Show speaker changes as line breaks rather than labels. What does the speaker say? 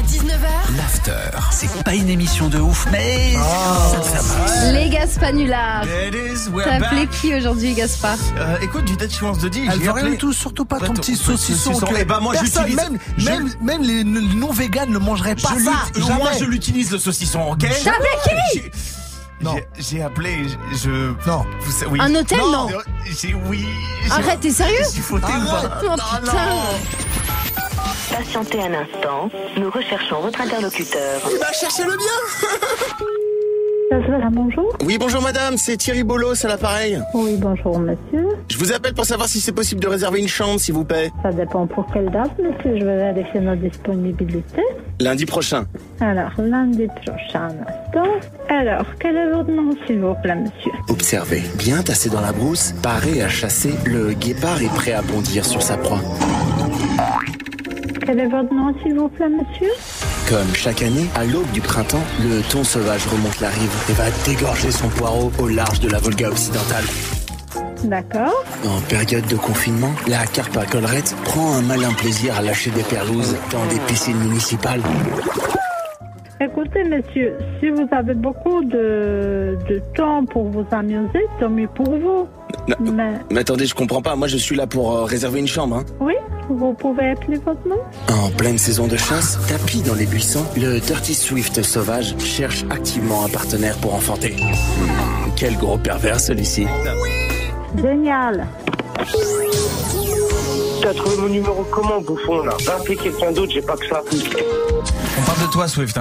19h,
L'after, c'est pas une émission de ouf, mais ça marche.
Les Gaspanulas
Ladies, we're
Bah.
T'as
back.
appelé qui aujourd'hui, Gaspard
Euh, écoute, du Dead She Wants de D.
Elle
j'ai
veut rien
appelé.
du tout, surtout pas
Pas
ton
ton-
petit
ton
saucisson.
saucisson.
que
Eh ben, moi,
personne,
j'utilise-
Même,
je-
même, même les n- non-véganes ne mangeraient pas
Je
ça.
l'ut- au moins,
jamais.
je l'utilise le saucisson, ok
T'as appelé qui
J'ai-
Non.
j'ai- J'ai appelé, je- je.
Non.
Vous sa- oui.
Un hôtel, non
J'ai oui. j'ai-
Arrête, t'es sérieux
J'ai fauté ou pas
Oh putain
Patientez un instant, nous recherchons votre interlocuteur.
bonjour.
Oui, bonjour madame, c'est Thierry Bolos à l'appareil.
Oui, bonjour, monsieur.
Je vous appelle pour savoir si c'est possible de réserver une chambre, s'il vous plaît.
Ça dépend pour quelle date, monsieur. Je vais vérifier nos disponibilités.
Lundi prochain.
Alors, lundi prochain, un instant. Alors, quel est votre nom, s'il vous plaît, monsieur
Observez. Bien tassé dans la brousse, paré à chasser, le guépard est prêt à bondir sur sa proie.
Quel est votre nom, s'il vous plaît, monsieur
Comme chaque année, à l'aube du printemps, le thon sauvage remonte la rive et va dégorger son poireau au large de la Volga occidentale.
D'accord.
En période de confinement, la carpe à collerette prend un malin plaisir à lâcher des perlouses dans des piscines municipales.
Écoutez, monsieur, si vous avez beaucoup de, de temps pour vous amuser, tant mieux pour vous.
Non.
Mais
Mais attendez, je comprends pas, moi je suis là pour euh, réserver une chambre, hein.
oui, vous pouvez appeler votre nom
En pleine saison de chasse, tapis dans les buissons, le Dirty Swift sauvage cherche activement un partenaire pour enfanter. Hmm, quel gros pervers celui-ci.
Génial.
T'as trouvé mon numéro comment, bouffon, là Va appeler quelqu'un d'autre, j'ai pas que ça.
On parle de toi, Swift. hein.